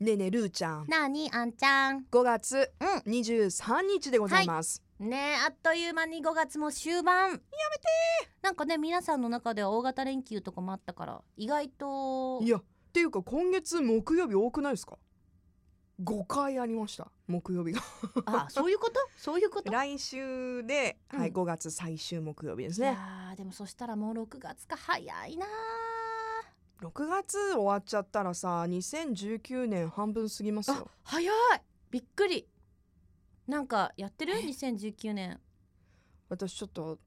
ねえねえルーちゃんなあにあんちゃん5月うん23日でございます、ねえあっという間に5月も終盤やめてなんかね皆さんの中では大型連休とかもあったから意外とい、やっていうか今月木曜日多くないですか5回ありました木曜日 があそういうことそうい うこと来週で、はいうん5月最終木曜日ですいねやーでもそしたらもう6月か早いなー6月終わっちゃったらさ2019年半分過ぎますあよ早いびっくりなんかやってる2019年私ちょっと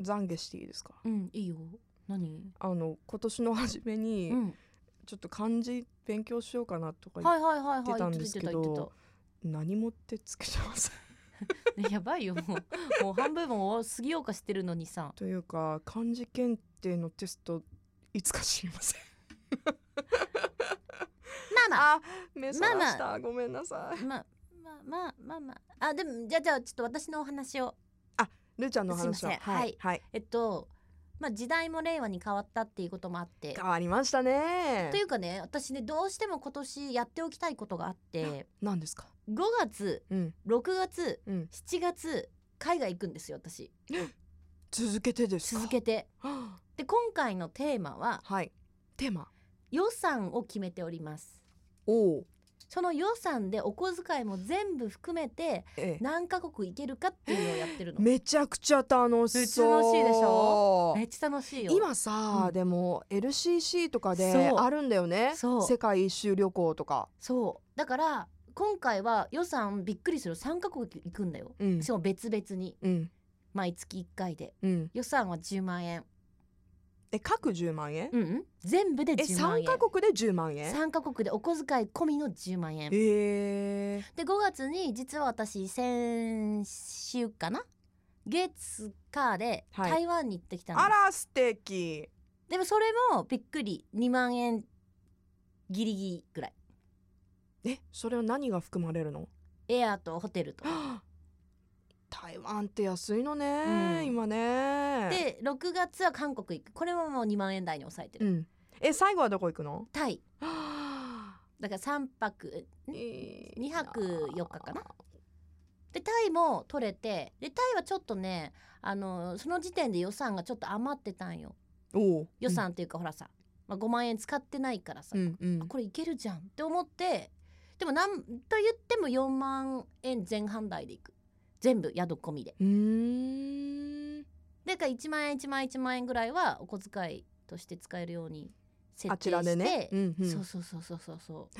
懺悔していいですかうんいいよ何あの今年の初めにうんちょっと漢字勉強しようかなとか、はいはいはいはい言ってたんですけど言ってた何もってつけてます言ってたねやばいよもうもう半分も過ぎようかしてるの にさというか漢字検定のテストいつか知りませんママ あ、目そらした。ごめんなさい。まままあまあまああでもじゃあじゃあちょっと私のお話をルーちゃんの話すいは、ませんはい、はい、えっとまあ時代も令和に変わったっていうこともあって変わりましたねとい。うかね私ねどうしても今年やっておきたいことがあって何ですか。 5月うん、 6月、うん7月海外行くんですよ私続けてですか。続けてはあで今回のテーマははい。テーマ。予算を決めておりますおお。その予算でお小遣いも全部含めてええ。何カ国行けるかっていうのをやってるのめめちゃくちゃ楽しそう。めっちゃ楽しいでしょっちゃ楽しいよ今さ、うんでも LCC とかでそうあるんだよねそう世界一周旅行とか、そうだから今回は予算びっくりする3カ国行くんだようんしかも別々にうん毎月1回でうん、予算は10万円え各10万円、うんうん全部でえ10万3円カ国で10万円3カ国でお小遣い込みの10万円えー、で5月に実は私先週かな月火ではい台湾に行ってきたんです、あら素敵でもそれもびっくり2万円ギリギリぐらいえそれは何が含まれるの エアとホテルと台湾って安いのね、うん今ねで6月は韓国行くこれももう2万円台に抑えてうる、ん、え最後はどこ行く のタイはだから3泊あいい2なあ泊4日かなでタイも取れてでタイはちょっとねあのその時点で予算がちょっと余ってたんよおう予算っていうか、ほらさ、まあ、5万円使ってないからさ、うんうんあこれいけるじゃんって思ってでもなんと言っても4万円前半台でいく全部宿込みでうんうーんだから1万円1万円1万円ぐらいはお小遣いとして使えるように設あ定しちてらでね、んんそうそうそうそうそうそう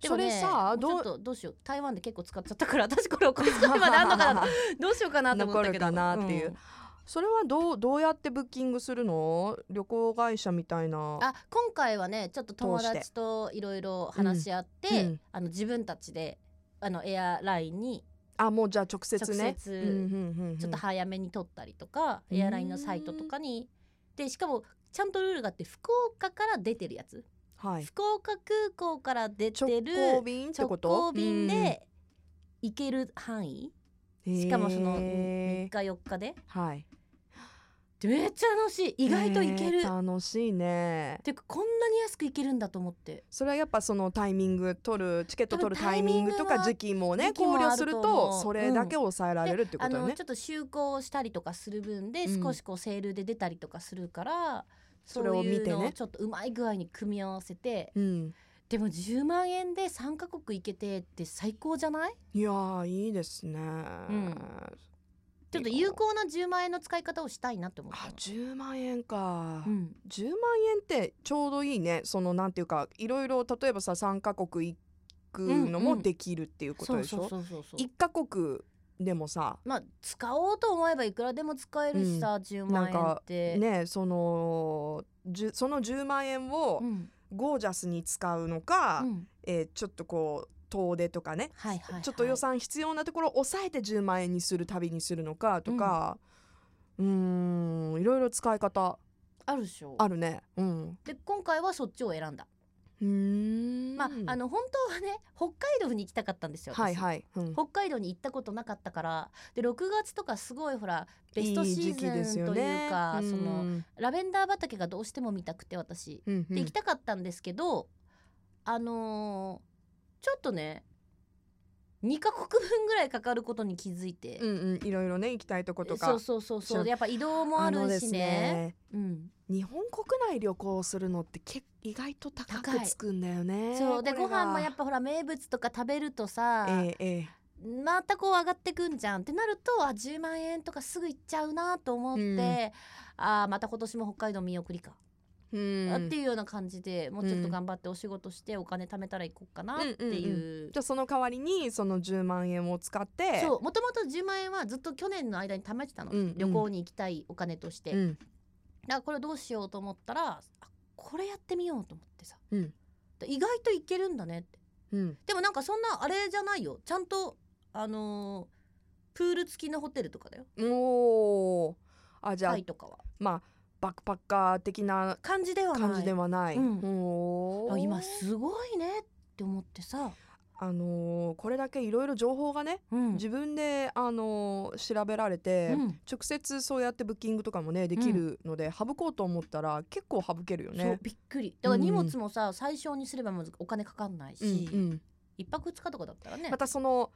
でそもねれさもうちどょっうとどうしよう台湾で結構使っちゃったから私これお小遣いまであんのかなどうしようかなと思ったけど残るかなっていう それはどうどうやってブッキングするの旅行会社みたいなあ今回はねちょっと友通して達といろいろ話し合って、うんあの自分たちであのエアラインにあもうじゃあ直接直ね接、うんうんうんちょっと早めに取ったりとか、うんエアラインのサイトとかにでしかもちゃんとルールがあって福岡から出てるやつ、はい福岡空港から出直てる行便ってこと直行便で行ける範う囲、んしかもそのへ3日ー4日ではいめっちゃ楽しい意外と行ける、えー楽しいねてかこんなに安く行けるんだと思ってそれはやっぱそのタイミング取るチケット取るタイミングと多分かタイミングは時期もね時期も考慮するあるとと思うそれだけ抑えられるってこあとよのねちょっと就航したりとかする分でうん少しこうセールで出たりとかするから、それを見てねそういうのをちょっとうまい具合に組み合わせてうんでも10万円で3カ国行けてって最高じゃないいやーいいですね、んちょっと有効な10万円の使い方をしたいなって思ったあの。 10万円か、うん、 10万円ってちょうどいいねそのなんていうかいろいろ例えばさ3カ国行くのうんもうんできるっていうことそうでしそうょそうそうそう1カ国でもさまあ使おうと思えばいくらでも使えるしさ、10万円って。ねそのじゅその10万円をうんゴージャスに使うのか、うんえーちょっとこう遠出とかね、はいはいはいちょっと予算必要なところを抑えて10万円にする旅にするのかとか、うーんいろいろ使い方あるでしょあるね。うん、で今回はそっちを選んだ、うーんまああの本当はね北海道に行きたかったんですよ私はいはい、うん、北海道に行ったことなかったからで6月とかすごいほらベストシいい時期ーでズすンよとねいうかんそのラベンダー畑がどうしても見たくて私うんうんで行きたかったんですけど、あのーちょっとね2カ国分ぐらいかかることに気づいて、うんうんいろいろね行きたいとことかそうそうそうそうやっぱ移動もあるのでしすねうん、日本国内旅行するのってけ意外と高高くいつくんだよねそうでご飯もやっぱぱほら名物とか食べるとさ、ええええまたこう上がってくんじゃんってなるとあ10万円とかすぐ行っちゃうなと思って、うんあーまた今年も北海道見送りか、うんあっていうような感じでもうちょっと頑張ってお仕事してお金貯めたら行こうかなっていう。じゃあその代わりにその10万円を使ってそうもともと10万円はずっと去年の間に貯めてたの、うんうん旅行に行きたいお金として、うんだからこれどうしようと思ったらあこれやってみようと思ってさ、うんで意外といけるんだねってうんでもなんかそんなあれじゃないよちゃんとあのープール付きのホテルとかだよおおあじゃあ、タイとかはまあバックパッカー的な感じではない感じではない、うんおーあ今すごいねって思ってさ、あのーこれだけいろいろ情報がねうん自分で、あのー調べられて、うん直接そうやってブッキングとかもねできるので、省こうと思ったら結構省けるよそうね。びっくりだから荷物もさ、最小にすればまずお金かかんないし、うんうん一泊二日とかだったらねまたその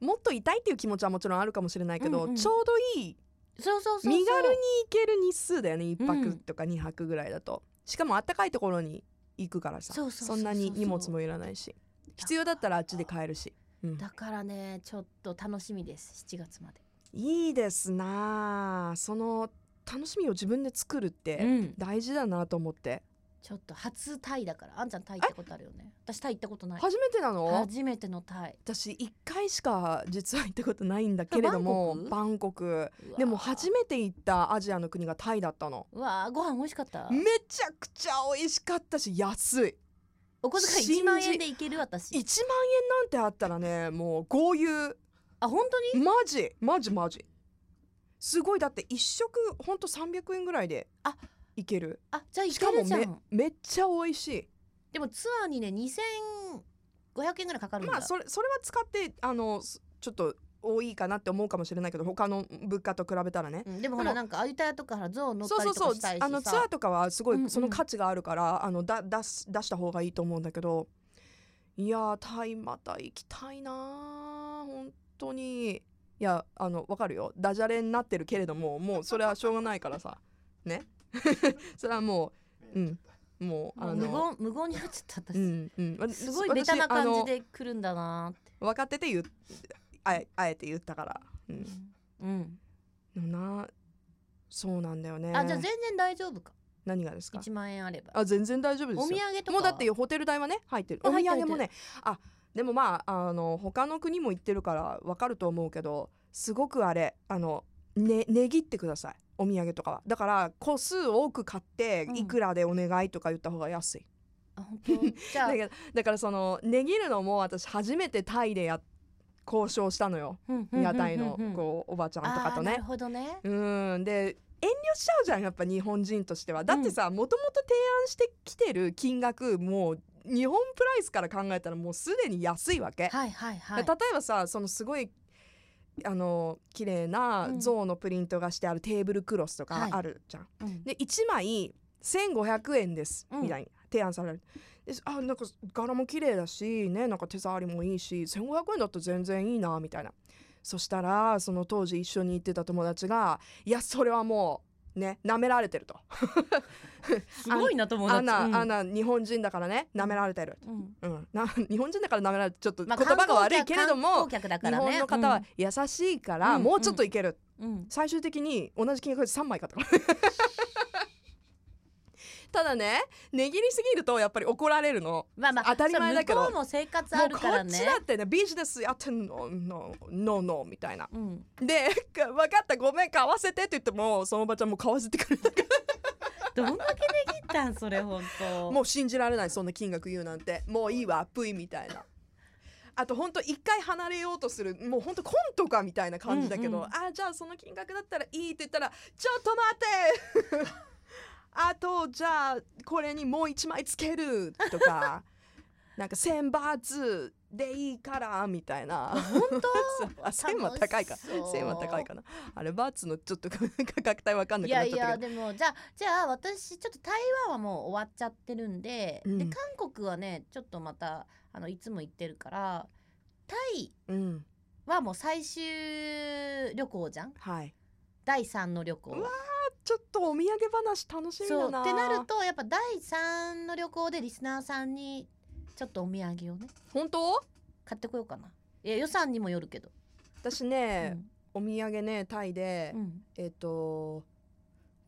もっと痛いっていう気持ちはもちろんあるかもしれないけど、うんうんちょうどいいそうそうそうそう身軽に行ける日数だよね1う泊んとか2泊ぐらいだと、しかもあったかいところに行くからさそうそうそうそそうんなに荷物もいらないし必要だったらあっちで買えるし、うんだからねちょっと楽しみです7月まで、いいですなあその楽しみを自分で作るってん、大事だなと思ってちょっと初タイだからあんちゃんタイ行ったことあるよね私タイ行ったことない初めてなの、初めてのタイ私1回しか実は行ったことないんだけれどもババンコクでも初めめて行ったアジアの国がタイだったのうわーご飯美味しかっためちゃくちゃ美味しかったし安いお小遣い1万円で行ける私1万円なんてあったらねもう豪遊あ本当にマジマジマジすごいだって一食ほんと300円ぐらいであいけるあじゃあし行かけもるじゃめんめっちゃ美味しいでもツアーにね2500円ぐらいかかるんだ、まあそれそれは使ってあのすちょっと多いかなって思うかもしれないけど他の物価と比べたらねうんでもほでらもなんかアユタヤとかほらゾウ乗っそうたりそとうそかうしたいしさあのツアーとかはすごうんうんいその価値があるから、あのだ出す出した方がいいと思うんだけどいやータイまた行きたいなー本当にいやあのわかるよダジャレになってるけれどももうそれはしょうがないからさね それはもううんもうあもう無の言無言になっちゃうった私、んうんわすごい私ベタな感あじので来るんだなーって分かってて言うあえあえて言ったから、うん、でうん、もなそうなんだよねあじゃあ全然大丈夫か何がですか1万円あればあ全然大丈夫ですよお土産とかもうだってよホテル代はね入ってるあお土入ってる産もねあでもまああの他の国も行ってるからわかると思うけどすごくあれあのね値切ってくださいお土産とかはだから個数多く買ってうんいくらでお願いとか言った方が安い、あ本当 じゃあだけどだからその値切るのも私初めてタイでや交渉したのようんうんうんうんうん屋台のこうおばちゃんとかとあーなねるほどねうんで遠慮しちゃうじゃんやっぱ日本人としてはだってさもともと提案してきてる金額もう日本プライスから考えたらもうすでに安いわけ、はいはいはい例えばさそのすごいあの綺麗なうん象のプリントがしてあるテーブルクロスとはかいあるじゃん、うんで1枚1500円ですうんみたいに提案される、であなんか柄も綺麗だしねなんか手触りもいいし1500円だったら全然いいなみたいなそしたらその当時一緒に行ってた友達がいやそれはもうね舐められてるとすごいな友達アナ、うんアナ日本人だからね舐められてる、うんうん、な 日本人だから舐められてちょっとま言あ葉が悪いけれども、観光客だ日からね本の方は優しいから、うんもうちょっといける、うんうん最終的に同じ金額で3枚買ったから ただね値切りすぎるとやっぱり怒られるのまあまあ当たり前だけどそれ向こうも生活もあうるこからっねちだってねビジネスやってんののののみたいなうんで 「分かったごめん買わせて」って言ってもそのおばちゃんも買わせてくれたかどんだけできたんそれ本当らもう信じられないそんな金額言うなんてもういいわプイみたいな。あと本当一回離れようとするもう本当コントかみたいな感じだけど、うんうんあじゃあその金額だったらいいって言ったらちょっと待って あとじゃあこれにもう一枚つけるとかなんか選抜でいいからみたいな本そう あ1000は高いか楽しそう1000は高いかなあれバーツのちょっと価格帯わかんなくいなやっいちゃやったけどでもじゃあじゃあ私ちょっと台湾はもう終わっちゃってるんで、うんで韓国はねちょっとまたあのいつも行ってるからタイうんはもう最終旅行じゃんはい第3の旅行うわちょっとお土産話楽しみそだうなってなるとやっぱ第3の旅行でリスナーさんにちょっとお土産をね本当買ってこようかないや予算にもよるけど、私ね、お土産ねタイで、うんうんえっ、と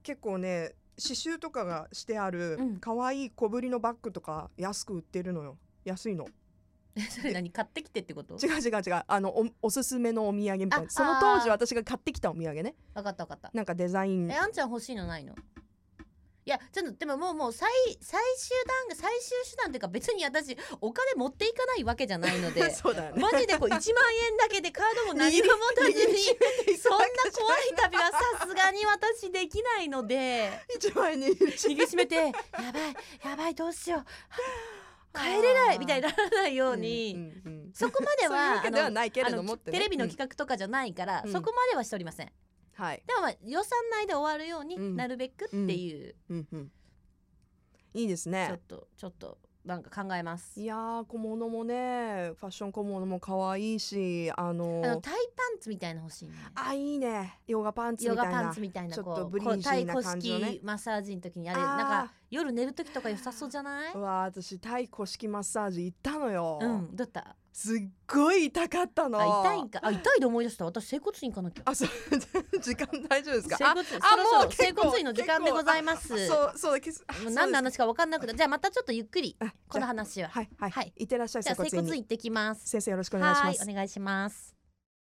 結構ね刺繍とかがしてあるうん可愛、いい小ぶりのバッグとか安く売ってるのよ安いのえ それ何買ってきてってこと違う違う違うあのおおすすめのお土産みたいなあその当時あー私が買ってきたお土産ね分かった分かったなんかデザインえあんちゃん欲しいのないのいやちょっとでももうもう最最終段最終手段っていうか別に私お金持っていかないわけじゃないので そうだよねマジでこう1万円だけでカードも何も持たず握りしにめていそたんだなけ怖い旅はさすがに私できないの で一枚に握りし握りしめてやばいやばいどうし ようは帰れないみたいにならないように、んんうんそこま でそういうはわけであはのないけれあどのもってねテレビのうん企画とかじゃないから、うんそこまではしておりませんはいでもまあ予算内で終わるように、うんなるべくっていう、うんうんいいですちょっねとちょっとなんか考えますいやー小物もねファッション小物も可愛いしああののタイパンツみたいなの欲しいねあいいねヨガパンツヨみたガいなパンツみたいなちょっこうとブリこンうジタイーな古感じのね式マッサージの時にあれあーなんか夜寝る時とか良さそうじゃないうわー私タイ古式マッサージ行ったのよ、うんだったすっごい痛かったのあ痛いんかあ痛いで思い出した私整骨院行かなきゃあそう 時間大丈夫ですか整あ骨そろそもうろ結整構骨院の時間でございますそうそうだけもう何の話か分かんなくてじゃあまたちょっとゆっくりあじこのゃあ話ははいはい、はいい、ってらっしゃいじゃあ整整骨骨院院に行ってきます先生よろしくお願いしはまいすお願いします